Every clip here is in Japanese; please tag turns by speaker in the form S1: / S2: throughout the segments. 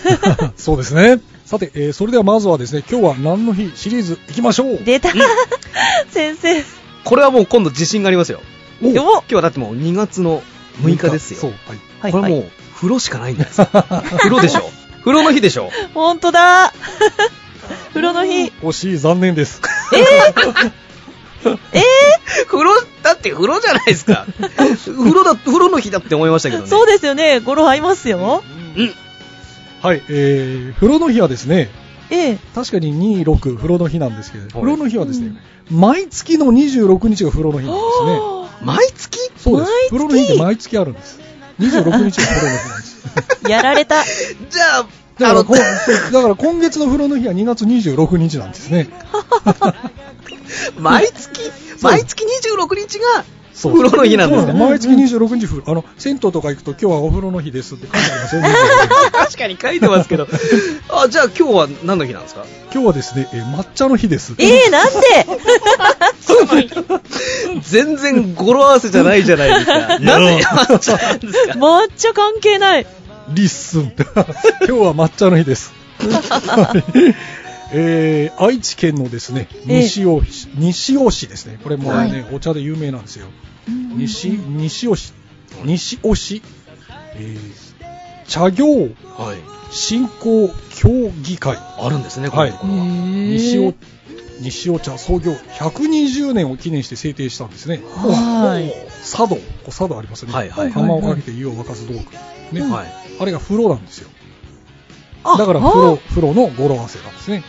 S1: そうですね。さて、えーそれではまずはですね、今日は何の日シリーズ行きましょう。
S2: 出た。 先生。
S3: これはもう今度自信がありますよ
S1: お
S3: 今
S2: お
S3: 日はだってもう2月の6日ですよ
S1: そう、はい。
S2: はい、
S3: これはも
S2: は
S3: う
S2: い。
S3: 風呂しかないんじゃ ないですか風呂でしょ風呂の日でしょ
S2: ほんと だ。風呂の日。
S1: 惜しい、残念です。
S2: え
S3: 風呂だって風呂じゃないですか 風呂だ風呂の日だって思いましたけど
S2: ー、
S3: ね
S2: そうですよね。語呂合いますよ。
S1: はい、えー、風呂の日はですね、
S2: ええ。
S1: 確かに26風呂の日なんですけど、風呂の日はですね、
S2: うん
S1: 毎月の26日が風呂の日なんですね。
S2: は
S3: 毎月
S1: そうです。
S2: 毎月
S1: 風呂の日って毎月あるんです。26日が風呂の日なん です。
S2: あやられ た。
S3: じゃ
S1: だ
S3: あ
S1: か
S3: あ
S1: ら
S3: の
S1: こうだから今月の風呂の日は2月26日なんです ね。
S3: 毎月毎月26日 が
S1: そう
S3: 風呂の日なんです
S1: そう
S3: か
S1: 毎月26日風呂、あの、銭湯とか行くと今日はお風呂の日ですって書いてあり ますよね。
S3: 確かに書いてますけど あじゃあ今日は何の日なんですか
S1: 今日はですね、えー抹茶の日です。
S2: ええ、 なんで
S3: 全然語呂合わせじゃないじゃないですか なんでやっちゃうんですか
S2: 抹茶関係ない。
S1: リッスン。 今日は抹茶の日です。 はいえー、愛知県のですね、
S2: ええ
S1: 西尾市、西尾市ですね。これもう
S2: は
S1: ね、
S2: い
S1: お茶で有名なんですよ。西、西尾市、西尾市、えー、茶業
S3: はい
S1: 振興協議会。
S3: あるんですねこ
S1: は
S3: の
S1: い
S3: ところは、
S1: 西尾、西尾茶創業120年を記念して制定したんですね。
S2: はい。
S1: 茶道、こう茶道ありますね。
S3: はいはいはい
S1: 釜をかけて湯を沸かす道具。ね、
S3: はい
S1: あれが風呂なんですよ。
S2: あ
S1: だから風呂、風呂の語呂合わせなん ですね。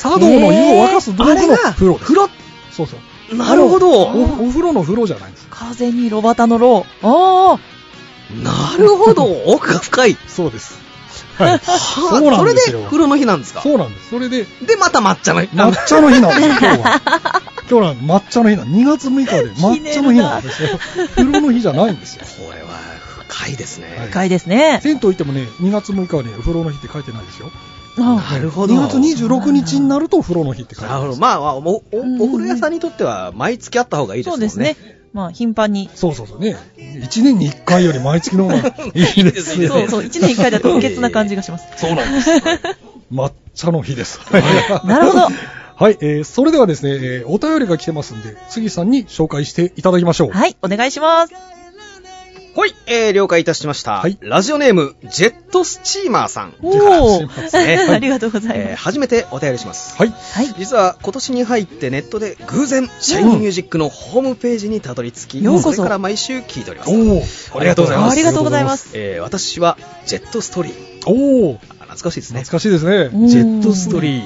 S1: 茶道の湯を沸かす道
S3: あ
S1: 具
S3: れ
S1: の
S3: が
S1: 風呂です。
S3: 風呂
S1: そうそう。
S3: なるほど
S1: おお風呂の風呂じゃないんです。
S2: 風にロバタのロー。あ
S3: なるほど奥が深い
S1: そうです。はい。
S3: はあ
S1: そうなんですよ
S3: それで風呂の日なんですか
S1: そうなんです。それで、
S3: でまた抹茶の日
S1: 抹茶の日 なんです、今日は。今日は抹茶の日なん2月6日で抹茶の日なんですよ。風呂の日じゃないんですよ。
S3: これは深いですね、
S1: は
S2: あ、深いですね。
S1: 銭湯行ってもね、2月6日はね、風呂の日って書いてないですよ。
S2: あ
S3: なるほど
S1: 2月26日になると風呂の日って書いて
S3: なる
S1: ま
S3: ほど
S1: す。
S3: まあ、まあ、おお
S2: うん
S3: お風呂屋さんにとっては毎月あった方がいいです
S2: そ
S3: も
S2: うん
S3: ね
S2: ですね。まあ、頻繁 に。
S1: そうそうそうね。1年に1回より毎月の方が いいです
S3: いい
S1: よ
S3: ですいいです。
S2: そうそう、1年1回だと不潔な感じがします。
S3: そうなんで す
S1: 抹茶の日です。
S2: なるほど。
S1: はい、えー、それではですね、えー、お便りが来てますんで、杉さんに紹介していただきましょう。
S2: はい、お願いします。
S3: はい、えー、了解いたしました、
S1: はい
S3: ラジオネームジェットスチーマーさん、
S2: お
S1: おー
S3: ね
S2: お ー、ありがとうござい
S3: えー、
S2: ます。
S3: 初めてお便りします
S1: はい。
S2: はい。
S3: 実は今年に入ってネットで偶然シャイニーミュージックのホームページにたどり着き、
S2: ようこそ
S3: それから毎週聞いております
S1: お
S3: ありがとうございます
S2: ありがとうございま。す。
S3: えー、私はジェットストリーム
S1: おー、
S3: あ懐かしいですね
S1: 懐かしいですね。
S3: ジェットストリー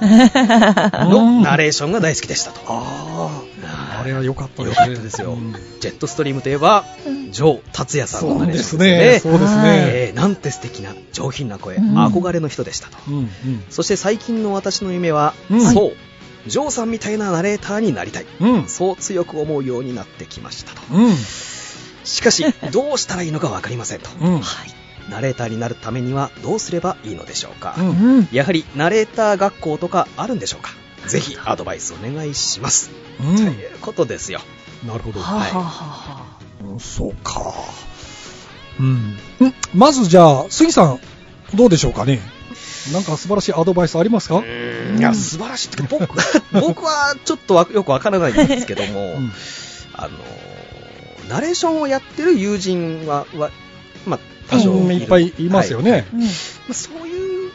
S3: ムのナ
S1: れ。
S3: レーションが大好きでしたと
S1: あー、あ
S3: あ
S1: れは良かったですね。
S3: 良かったですよ
S1: うん
S3: ジェットストリームといえば、城達也さん
S1: そ
S3: の
S1: う
S3: ナレー
S1: で
S3: ショ
S1: す
S3: ンで
S1: ね。
S3: す
S1: そ
S3: ね
S1: うですね。
S3: えーなんて素敵な上品な声、
S2: うん
S3: 憧れの人でしたと
S1: うんうん。
S3: そして最近の私の夢は、
S1: うん
S3: そうジョーさんみたいなナレーターになりたい
S1: うん。
S3: そう強く思うようになってきましたと
S1: うん。
S3: しかしどうしたらいいのか分かりませんと、
S1: うん。
S3: ナレーターになるためにはどうすればいいのでしょうか、
S1: うん
S2: うん。
S3: やはりナレーター学校とかあるんでしょうかぜひアドバイスお願いします、
S1: うん。
S3: ということですよ
S1: なるほど。
S2: はあ、はあはあは
S1: うんそうか。うん。まずじゃあ、杉さん、どうでしょうかね。なんか素晴らしいアドバイスありますか
S3: いや素晴らしい僕 僕はちょっとわよくわからないんですけども、
S1: うん
S3: あのーナレーションをやってる友人は、はまあ、多少
S1: うんいっぱいいますよね
S3: はま
S2: あ。うん。
S3: あそういう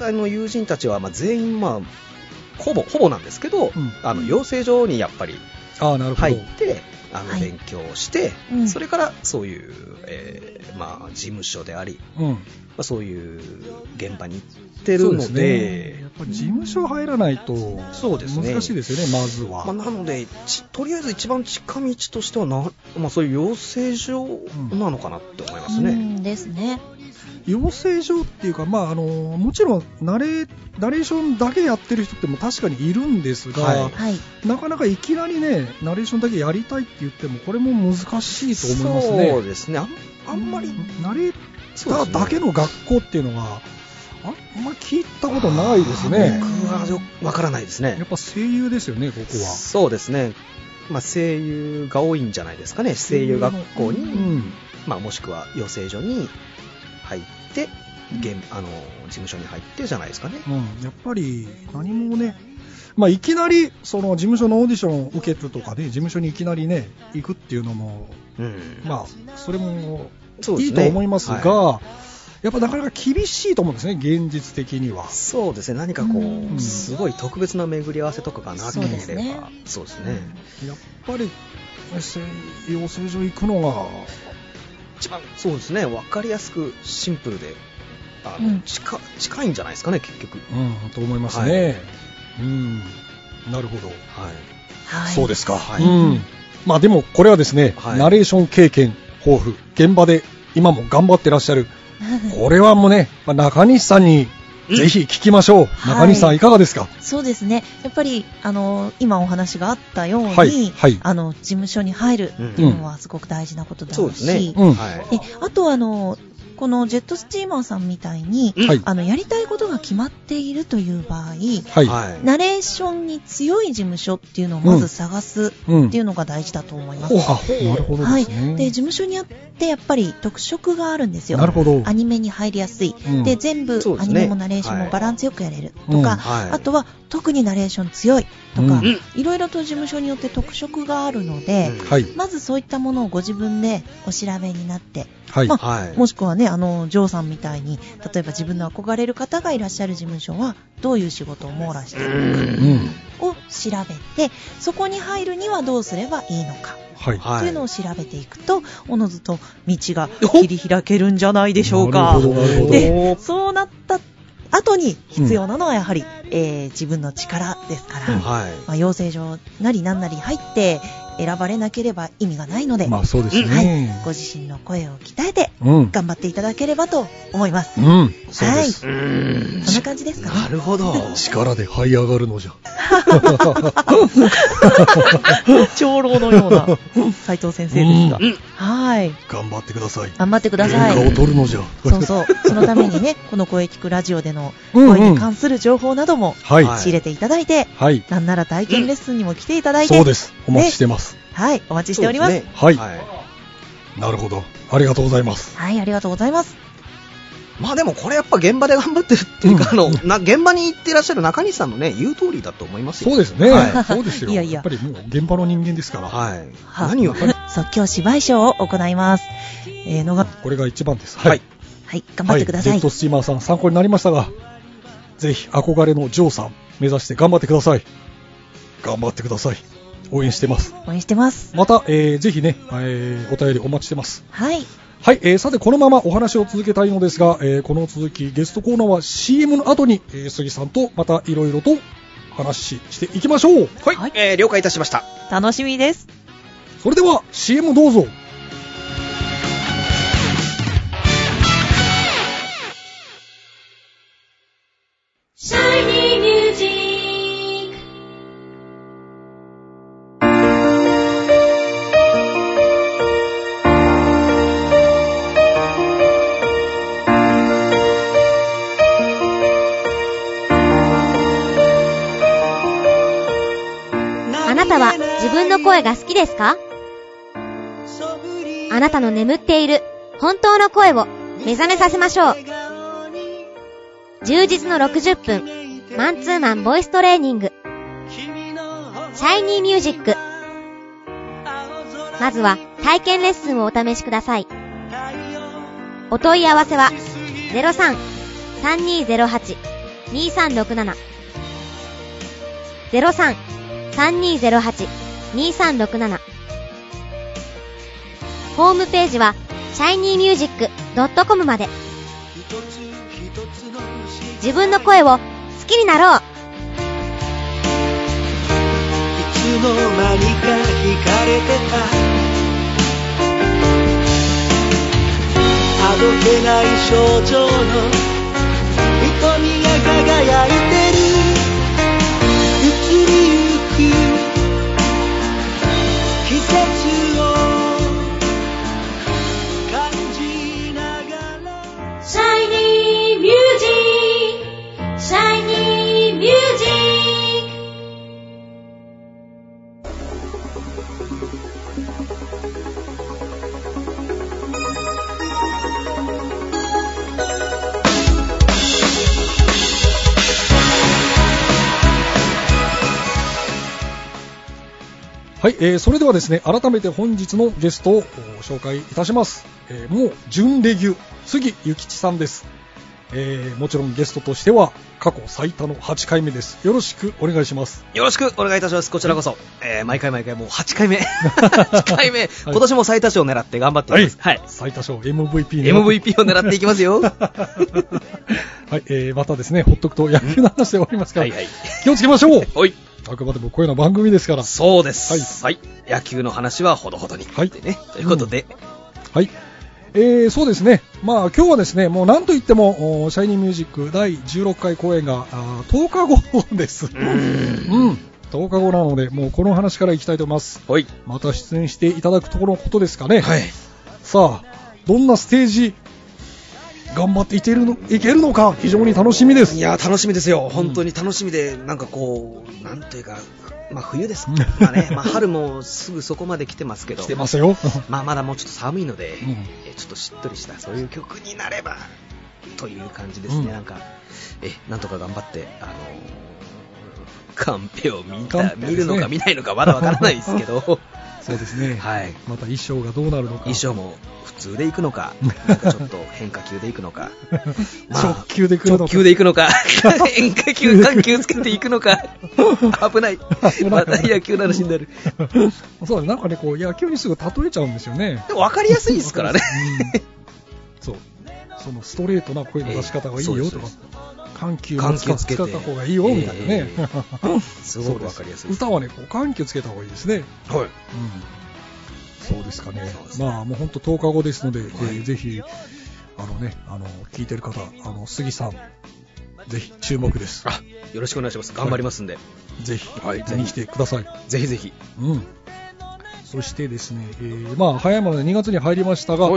S3: あの友人たちは、まあ、全員、まあ、ほぼほぼなんですけど、
S1: ん
S3: あの養成所にやっぱり
S1: ああ、なるほ
S3: 入っ
S1: ど。
S3: て、あの
S2: はい
S3: 勉強をして、
S2: うん
S3: それからそういう、えーまあ、事務所であり、
S1: うん。
S3: まあ、そういう現場に行ってるの
S1: そう
S3: で。
S1: すねやっぱり事務所入らないと
S3: そうですね
S1: 難しいですよねまずは、
S3: まあ、なのでちとりあえず一番近道としてはな、まあ、そういう養成所なのかなって思います
S2: う
S3: ね、
S2: んですね。
S1: 養成所っていうか、まあ、あのもちろんナレナレーションだけやってる人っても確かにいるんですが、
S3: は
S2: はい。
S1: なかなかいきなりねナレーションだけやりたいって言ってもこれも難しいと思います
S3: そう
S1: ね
S3: ですねあんあんまり
S1: ナレータ
S3: そうです
S1: ー
S3: ね
S1: だけの学校っていうのはあんまり聞いたことないですね
S3: 僕はよくわからないです
S1: や
S3: ね
S1: っぱ声優ですよねここは
S3: そうですね、まあ、声優が多いんじゃないですかね声優学校に、
S1: うん
S3: まあ、もしくは養成所に入って現あの事務所に入ってじゃないですかね
S1: うん、やっぱり何もね、まあ、いきなりその事務所のオーディションを受けるとかで事務所にいきなりね行くっていうのも、
S3: うん
S1: まあ、それも
S3: そうで
S1: い
S3: す
S1: い
S3: ね
S1: と思いますが
S3: は
S1: やっぱなかなか厳しいと思うんですね現実的には。
S3: そうですね何かこう、
S2: うん
S3: すごい特別な巡り合わせとかがなければ
S2: そうですね
S3: そうですね
S1: やっぱりせ養成所行くのが
S3: 一番そうですね分かりやすくシンプルであの、
S2: うん
S3: 近近いんじゃないですかね結局、
S1: うんと思いますね。うんなるほど、
S3: はい、
S2: はい。。
S1: そうですすか、
S3: はい
S1: うんまあ、でもこれはですね、
S3: はい
S1: ナレーション経験豊富現場で今も頑張ってらっしゃるこれはもうね、まあ、中西さんにぜひ聞きましょう。
S2: はい
S1: 中西さんいかがですか、
S2: そうですね。やっぱり、あの、今お話があったように、
S1: はいはい
S2: あの、事務所に入るっていうのはすごく大事なことだし、
S3: そうですね、
S1: うん
S3: はい
S2: であとはあの、このジェットスチーマーさんみたいに、
S3: うん
S1: はい。
S2: あの、やりたいことが決まっているという場合、
S1: はい。
S3: はい
S2: ナレーションに強い事務所っていうのをまず探す
S1: うん
S2: っていうのが大事だと思います。
S1: おあ、なるほど
S2: は
S1: で
S2: い。
S1: すね。
S2: で、事務所によってやっぱり特色があるんですよ。
S1: なるほど。
S2: アニメに入りやすい。
S1: うん
S2: で、全部
S3: そうで
S2: ア
S3: す
S2: ニ
S3: ね
S2: メもナレーション
S3: は
S2: も
S3: い
S2: バランスよくやれる
S1: う
S2: と
S1: ん
S2: か、
S3: はい
S2: あとは特にナレーション強いとか、
S1: うん
S2: いろいろと事務所によって特色があるので、
S3: うん
S1: はい。
S2: まずそういったものをご自分でお調べになって、
S1: はい。
S2: ま
S3: はい
S2: もしくはね、あの、ジョーさんみたいに、例えば自分の憧れる方がいらっしゃる事務所は、どういう仕事を網羅しているのか
S1: うん。
S2: を調べて、そこに入るにはどうすればいいのか、
S1: はい。
S3: はい
S2: というのを調べていくと、おのずと道が切り開けるんじゃないでしょう
S1: な
S2: か
S1: る。ほど、なるほど。
S2: で、そうなった後に必要なのはやはり、えー自分の力ですから、
S1: うん
S3: はい
S2: まあ、養成所なりなんなり入って選ばれなければ意味がないので、
S1: まあそうです
S2: はい、
S1: ね。
S2: ご自身の声を鍛えて
S1: うん。
S2: 頑張っていただければと思います。
S1: うん。そうです。
S2: そんな感じですかね
S3: な。るほど
S1: 力で這い上がるのじゃ。
S2: 長老のような 斉藤先生ですが。
S1: う
S2: はい。
S1: 頑張ってください。
S2: 頑張ってくださ
S1: 変化を
S2: い。
S1: 取るのじゃ。
S2: そうそう。そのためにね、この声聞くラジオでの
S1: うんうん
S2: 声に関する情報なども
S1: はい。
S3: はい
S2: 仕入れていただいて、
S1: はい。
S2: なんなら体験レッスンにも来ていただいて、
S1: そうです。お待ちしてます。
S2: はい、お待ちしております。
S3: そうでね
S1: はいなるほど。ありがとうございます。
S2: はい、ありがとうございます。
S3: まあでもこれやっぱ現場で頑張ってるっていうか、
S1: うん
S3: あのな現場に行ってらっしゃる中西さんのね言う通りだと思いますよ
S1: そうですね、
S3: はい
S1: そうですよ
S2: いやいや
S1: やっぱりもう現場の人間ですから、
S3: はい
S2: は
S3: 何を
S2: 即興芝居賞を行います。えー、のが、
S1: これが一番です、
S3: はい
S2: はい、頑張ってくださ。
S1: はいジェットスチーマーさん、参考になりましたが、ぜひ憧れのジョーさん、目指して頑張ってください。頑張ってください。応援してます。
S2: 応援してます。
S1: また、えーぜひね、えーお便りお待ちしてます。
S2: はい、
S1: はい、えーさて、このままお話を続けたいのですが、えーこの続き、ゲストコーナーは CM の後に、えー杉さんとまたいろいろと話ししていきましょう。
S3: はい、
S2: はい
S3: えー了解いたしました
S2: 楽しみです。
S1: それでは、CM どうぞ。
S4: 「声が好きですかあなたの眠っている本当の声を目覚めさせましょう。充実の60分、マンツーマンボイストレーニング、シャイニーミュージック。まずは体験レッスンをお試しください。お問い合わせは03-3208-2367 03-3208-2367ホームページは shinymusic.com まで自分の声を好きになろう
S5: つの間にか惹かれてたあどけない症状の瞳が輝いてる移りゆく季節を感じながら
S6: Shiny Music! Shiny Music!
S1: はい、えーそれではですね、改めて本日のゲストをお紹介いたします。えーもう、準レギュ、杉ゆきちさんです。えーもちろんゲストとしては、過去最多の8回目です。よろしくお願いします。
S3: よろしくお願いいたします。こちらこそ、えー、毎回毎回もう8回目。8回目。今年も最多勝を狙って頑張っています。はい。
S1: 最多勝 MVP ね
S3: MVP を狙っていきま すよ。
S1: はい、えーまたですね、ほっとくと野球の話で終わりますから、
S3: はいはい
S1: 気をつけましょう
S3: おい。
S1: あくまでもこういうのは番組ですから。
S3: そうです。はい。野球の話はほどほどに。
S1: はい
S3: でね。ということで、
S1: はい。えー、そうですね。まあ今日はですね、もうなんといっても、おーシャイニーミュージック第16回公演があー10日後です。うん。10日後なので、もうこの話からいきたいと思います。
S3: おい。
S1: また出演していただくところのことですかね。
S3: はい。
S1: さあ、どんなステージ、頑張っていけるの、いけるのか、非常に楽しみです。
S3: いやー、楽しみですよ。本当に楽しみで、なんかこう、なんというか、まあ冬です。まあね、まあ春もすぐそこまで来てますけど。
S1: 来てます よ。
S3: まあまだもうちょっと寒いので、
S1: うん
S3: えちょっとしっとりしたそういう曲になればという感じですね、
S1: うん
S3: なんかえなんとか頑張ってあのーカンペを見た
S1: カンペですね
S3: 見るのか見ないのかまだわからないですけど
S1: そうですね。
S3: はい
S1: また衣装がどうなるのか。
S3: 衣装も普通でいく のかなんかちょっと変化球でいくのか
S1: 直球で来るのか
S3: 直球でいくのか 変化球緩急つけていくのか危ない
S1: 危ない
S3: また野球の話になる
S1: そうねなんかね、こう、野球にすぐ例えちゃうんですよね。
S3: でも分かりやすいですからね
S1: うんそう。そのストレートな声の出し方がいい
S3: ええ
S1: よ
S3: そ
S1: と
S3: う
S1: か
S3: です、
S1: 緩急
S3: 緩
S1: を使
S3: 急
S1: っ
S3: つけ
S1: 使
S3: て
S1: った方がいいよみたいなね
S3: え。えすご
S1: そう
S3: く
S1: で
S3: わ
S1: す
S3: かりやすいです
S1: 歌はね、こう緩急つけた方がいいですね。
S3: はい
S1: うん。そうですかね
S3: そうで。す
S1: まあ、もう本当10日後ですので、えーぜひ、あのね、あの、聞いてる方、あの、杉さん、ぜひ注目です。
S3: あ、よろしくお願いします。頑張りますんで。
S1: ぜひ、
S3: はい
S1: 見に来てください。
S3: ぜひぜひ。
S1: うん。そしてですね、えーまあ、早いもので2月に入りましたが、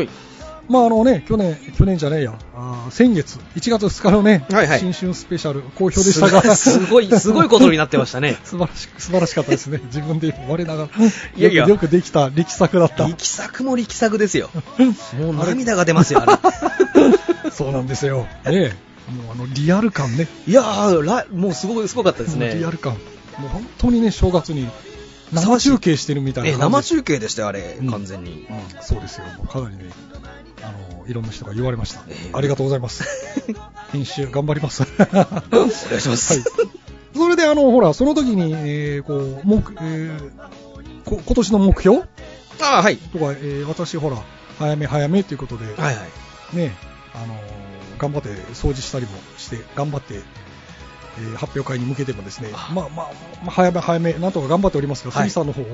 S1: まああのね、去年、去年じゃねえや、あー先月、1月2日のね、
S3: はいはい
S1: 新春スペシャル、好評でしたが、
S3: すすごい、すごいことになって
S1: 。
S3: ましたね
S1: 素晴らしく素晴らしかったですね、自分で我ながら、
S3: いやいや
S1: よくよくできた力作だった、
S3: 力作も力作で すよ。もう涙が出ますよ、あれ。
S1: そうなんですよ、ねえ、もうあのリアル感ね、
S3: いやー、らもうすごい、すごかったです
S1: も
S3: ね。
S1: うリアル感、もう本当にね、正月に生中継してるみたい
S3: え
S1: な
S3: 生
S1: 感じ、
S3: 中継でしたよ、あれ、
S1: うん
S3: 完全に。
S1: うん、そうですよ、もうかなりね、あのいろんな人が言われました、
S3: ええ
S1: ありがとうござい ます、編集頑張ります。
S3: お願いします。
S1: はいそれであのほらその時に、えーこう目えーこ今年の目標
S3: ああ、はい。
S1: とか、えー私ほら早め早めということで、
S3: はいはい。
S1: ねあのー頑張って掃除したりもして頑張って、えー発表会に向けてもですね
S3: あ
S1: まあまあ、まあ、早め早めなんとか頑張っておりますが、
S3: はい
S1: 杉さんの方を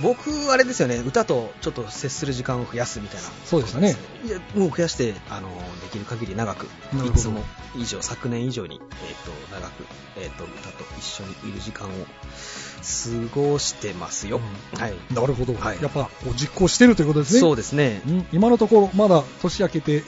S3: 僕、あれですよね、歌とちょっと接する時間を増やすみたいな、
S1: そうでしたね。
S3: いやもう増やしてあのできる限り長く
S1: なるほど
S3: いつも以上昨年以上に、えー、と長く、えー、と歌と一緒にいる時間を過ごしてますよ、
S1: うん
S3: はい
S1: なるほど。
S3: はい
S1: やっぱ、こう実行してるということですね。
S3: そう
S1: う
S3: ですね
S1: ん今のところ、まだ年明けて、え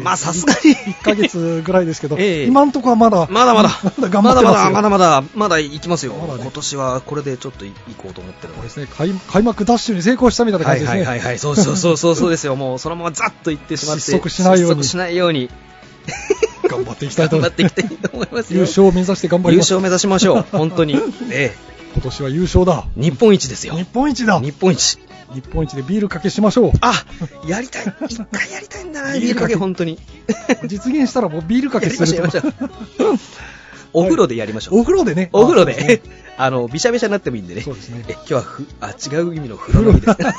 S1: ー
S3: まあさすがに、
S1: 1ヶ月ぐらいですけど
S3: ええ
S1: 今のところはまだ、
S3: まだまだ
S1: まだ頑張ってますよ
S3: まだまだまだまだまだ行きますよ、
S1: まだね
S3: 今年はこれでちょっとい行こうと思ってる
S1: こう
S3: ので
S1: ですね開、開幕ダッシュに成功したみたいな感
S3: は
S1: じ
S3: い
S1: です
S3: は
S1: ね。
S3: いはいはい、そうそうそうそうそうですよ、もうそのままざっと行ってしまって、
S1: 失速しないように
S3: 失速しないように
S1: 頑張っていきたい
S3: 頑
S1: と思
S3: 張
S1: い
S3: っていきたいと思いますよ
S1: 優勝を目指して頑張
S3: 優
S1: ります。
S3: 勝を目指しま しょう、本当に、ええ
S1: 今年は優勝だ。
S3: 日本一ですよ、
S1: 日本一だ。
S3: 日本一。
S1: 日本一でビールかけしましょう。
S3: あやりたい、一回やりたいんだな、
S1: ビール
S3: ビールか
S1: かけ
S3: け、本当に。
S1: 実現したらもうビールかけする
S3: やりましょうやり
S1: と。
S3: お風呂でやりましょう。
S1: お風呂でね。
S3: お風呂
S1: あそうす
S3: で
S1: ね、
S3: あの、びしゃびしゃになってもいいんでね。
S1: そうですね
S3: え今日はふ、あ、違う意味の風呂の 日です ね。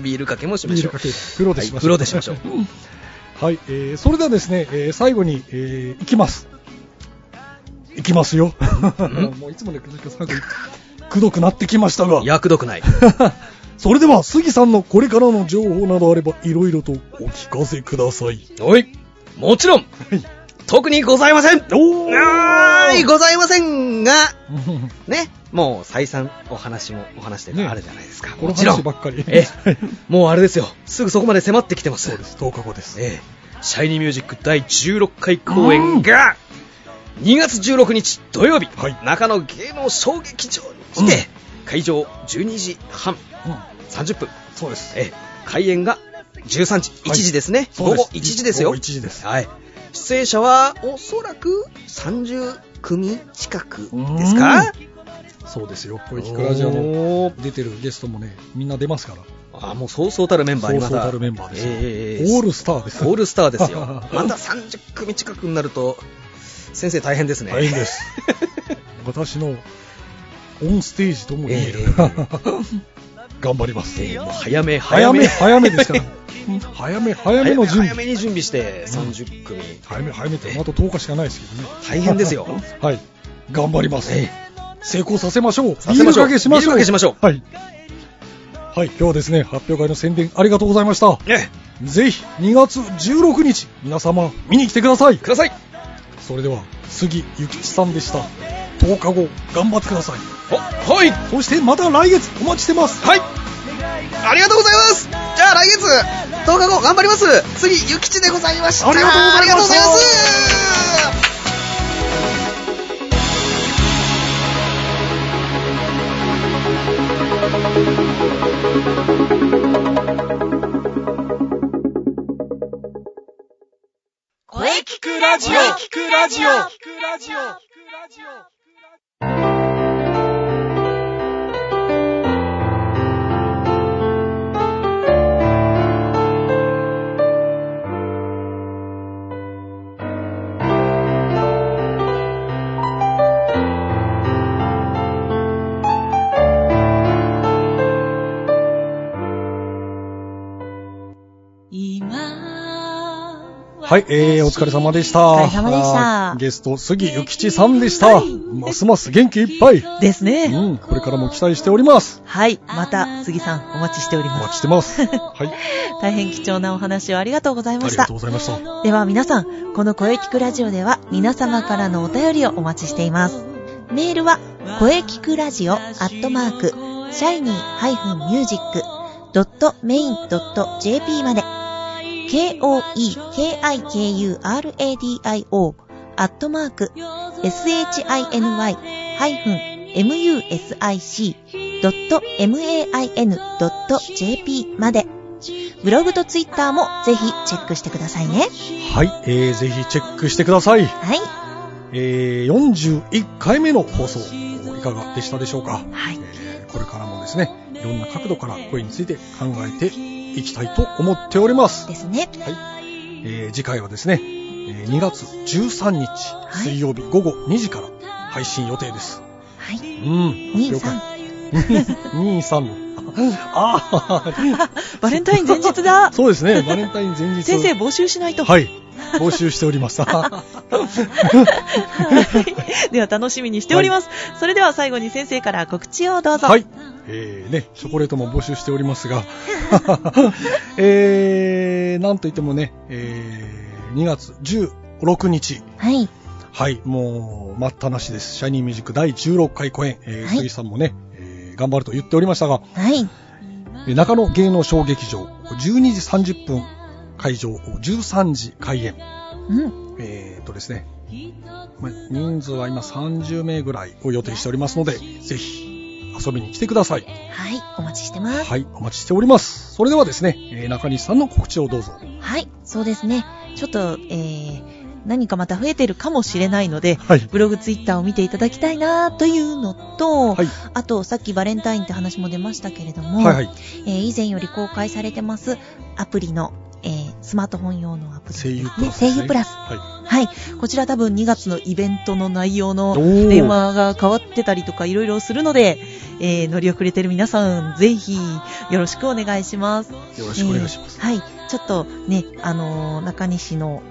S3: ビールかけもしま
S1: ビー
S3: し
S1: ル
S3: ょう。
S1: かけ、風呂でしましょう。
S3: はい風呂でしましょう
S1: はい、えーそれではですね、えー最後に、えーいきます。いきますよ。 もういつもね、最後にくどくなってきましたが。
S3: 役どくない。
S1: それでは、杉さんのこれからの情報などあれば、いろいろとお聞かせくださ い。
S3: おい、もちろん、
S1: い
S3: 特にございません
S1: おー
S3: はーい、ございませんが、ね、もう再三お話もお話で
S1: ね
S3: あるじゃないですか。
S1: この
S3: もちろ
S1: 話
S3: ん
S1: ば。っかり。
S3: ええ、 もうあれですよ。すぐそこまで迫ってきてます。
S1: そうです、10日後です。
S3: ええシャイニーミュージック第16回公演が2月16日土曜日、
S1: はい
S3: 中野芸能小劇場に来て、会場12時半
S1: うん
S3: 30分、
S1: そうです。
S3: ええ開演が13時1時ですね、
S1: そうで
S3: 午
S1: す
S3: 後1時ですよ
S1: 午後1時です
S3: はい、出演者はおそらく30組近くですか
S1: そうですよ。小池クラジオの
S3: おー
S1: 出てるゲストもね、みんな出ますから。
S3: あもうそうそうたるメンバーに
S1: そ
S3: ま
S1: うそう
S3: た
S1: たるメンバーですよ
S3: ええ
S1: オールスターです。。
S3: オールスターですよ また30組近くになると、先生大変ですね。
S1: 大変 です。私のオンステージとも言える
S3: ええ。
S1: 頑張ります。
S3: えーもう早め、
S1: 早
S3: 早
S1: め、
S3: め、
S1: 早め ですから。早め、早めの準
S3: 早め
S1: 備。
S3: に準備して、30組。
S1: 早め、早めって、あと10日しかないですけどね。
S3: 大変ですよ。
S1: はい。頑張ります
S3: ええ。
S1: 成功させましょう。
S3: させましょ
S1: ビールか
S3: う
S1: けしましょう。
S3: ビールかけしましょう
S1: はい。はい、今日はですね、発表会の宣伝ありがとうございました。
S3: ね、
S1: ぜひ、2月16日、皆様、見に来てください
S3: く。ださい。
S1: それでは、杉ゆきちさんでした。10日後、頑張ってください。
S3: ほ、はい。
S1: そしてまた来月お待ちしてます。
S3: はい。ありがとうございます。じゃあ来月、10日後頑張ります。次、ゆきちでございました。
S1: ありがとうございました
S3: ありがとうございます。
S6: 声聞くラジオ聞くラジオ
S1: はい、えー、お疲れ様でした。
S2: お疲れ様でした
S1: あーゲスト、杉ゆきちさんでした。ますます元気いっぱい。
S2: ですね。
S1: うん、これからも期待しており ます。
S2: はい。また、杉さん、お待ちしており
S1: お待
S2: ま
S1: ち
S2: す。
S1: してます。はい、
S2: 大変貴重なお話をありがとうござい
S1: あ
S2: ま
S1: り
S2: し
S1: が
S2: た
S1: とう。ございました。
S2: では皆さん、この声聞くラジオでは皆様からのお便りをお待ちしています。メールは、声聞くラジオアットマーク、shiny-music.main.jp まで、k-o-e-k-i-k-u-r-a-d-i-o アットマーク、shiny-music.main.jp まで、ブログとツイッターもぜひチェックしてくださいね。
S1: はい、えー、ぜひチェックしてください。
S2: はい。
S1: えー、41回目の放送、いかがでしたでしょうか。
S2: は
S1: え
S2: い。
S1: ーこれからもですね、いろんな角度から声について考えていきたいと思っております。
S2: ですね。
S1: えー次回はですね、えー2月13日、
S2: い
S1: 水曜日午後2時から配信予定です。
S2: は
S1: う
S2: い。
S1: ん。
S2: 兄
S1: 了解
S2: さん。
S1: 2、3の。あ
S2: バレンタイン前日だ
S1: あ。 そうですね、バレンタイン前日。
S2: 先生、募集しないと。
S1: はい。募集しており ます。は
S2: はいでは楽しみにしております。それでは最後に先生から告知をどうぞ。
S1: い。えーね、チョコレートも募集しております が、えー、なんといってもね、えー、2月16日、
S2: はい。
S1: はい、もう待ったなしです。シャイニーミュージック第16回公演、えー
S2: はい
S1: 杉さんもね、えー頑張ると言っておりましたが、
S2: は
S1: え
S2: い。
S1: ー中野芸能小劇場、12時30分会場、13時開演。
S2: うん。
S1: えー、とですね、まあ人数は今30名ぐらいを予定しておりますので、ぜひ遊びに来てください。
S2: はい。お待ちしてます。
S1: はい、お待ちしております。それではですね、えー中西さんの告知をどうぞ。
S2: はい、そうですね。ちょっと、えー、何かまた増えてるかもしれないので、
S1: はい。
S2: ブログ、ツイッターを見ていただきたいなというのと、
S1: はい。
S2: あと、さっきバレンタインって話も出ましたけれども、
S1: はいはい。
S2: えー以前より公開されてますアプリの、えースマートフォン用のアプリです
S1: 声
S2: ね、
S1: 優プラス、
S2: 声優プラス。
S1: は
S2: はい。こちら多分2月のイベントの内容
S1: い。
S2: の
S1: ー
S2: 電話が変わってたりとかいろいろするので、えー乗り遅れてる皆さん、ぜひよろしくお願いします。
S1: よろしくお願いします。
S2: えーはい。ちょっとね、あのー中西の、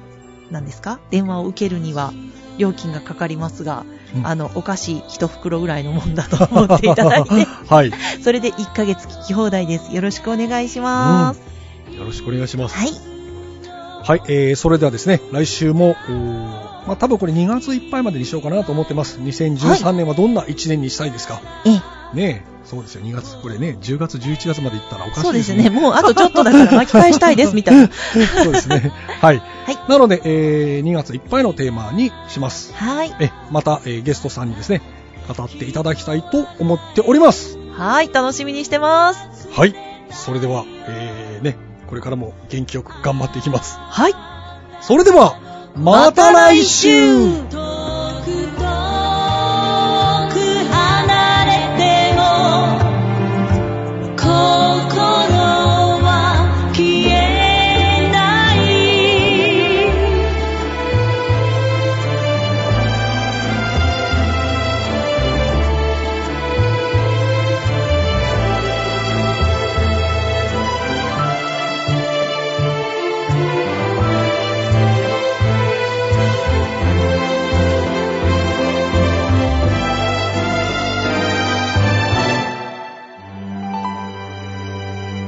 S2: 何ですか電話を受けるには、料金がかかりますが、
S1: うん
S2: あの、お菓子一袋ぐらいのもんだと思っていただいて、
S1: はい。
S2: それで1ヶ月聞き放題です。よろしくお願いします。
S1: よろしくお願いします。
S2: はい。
S1: はい、えー、それではですね、来週も、うーまあ、多分これ2月いっぱいまでにしようかなと思ってます。2013年はどんな1年にしたいですか、
S2: ええ
S1: ねえ、そうですよ、2月、これね、10月、11月までいったらおかし
S2: そ
S1: いうで
S2: ですす
S1: ね。
S2: ね。もうあとちょっとだから巻き返したいです、みた いな。
S1: そうですね。はい。
S2: は
S1: なので、えー、2月いっぱいのテーマにします。
S2: はい。
S1: え、また、えーゲストさんにですね、語っていただきたいと思っております。
S2: はい。楽しみにしてます。
S1: はい。それでは、えー、ね、これからも元気よく頑張っていきます。
S2: はい。
S1: それでは、また来週
S2: また来週
S5: 遠く遠く離れても心は消えない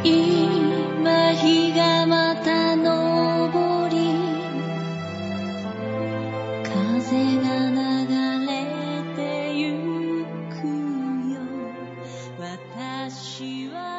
S5: 今日がまた昇り風が流れてゆくよ私は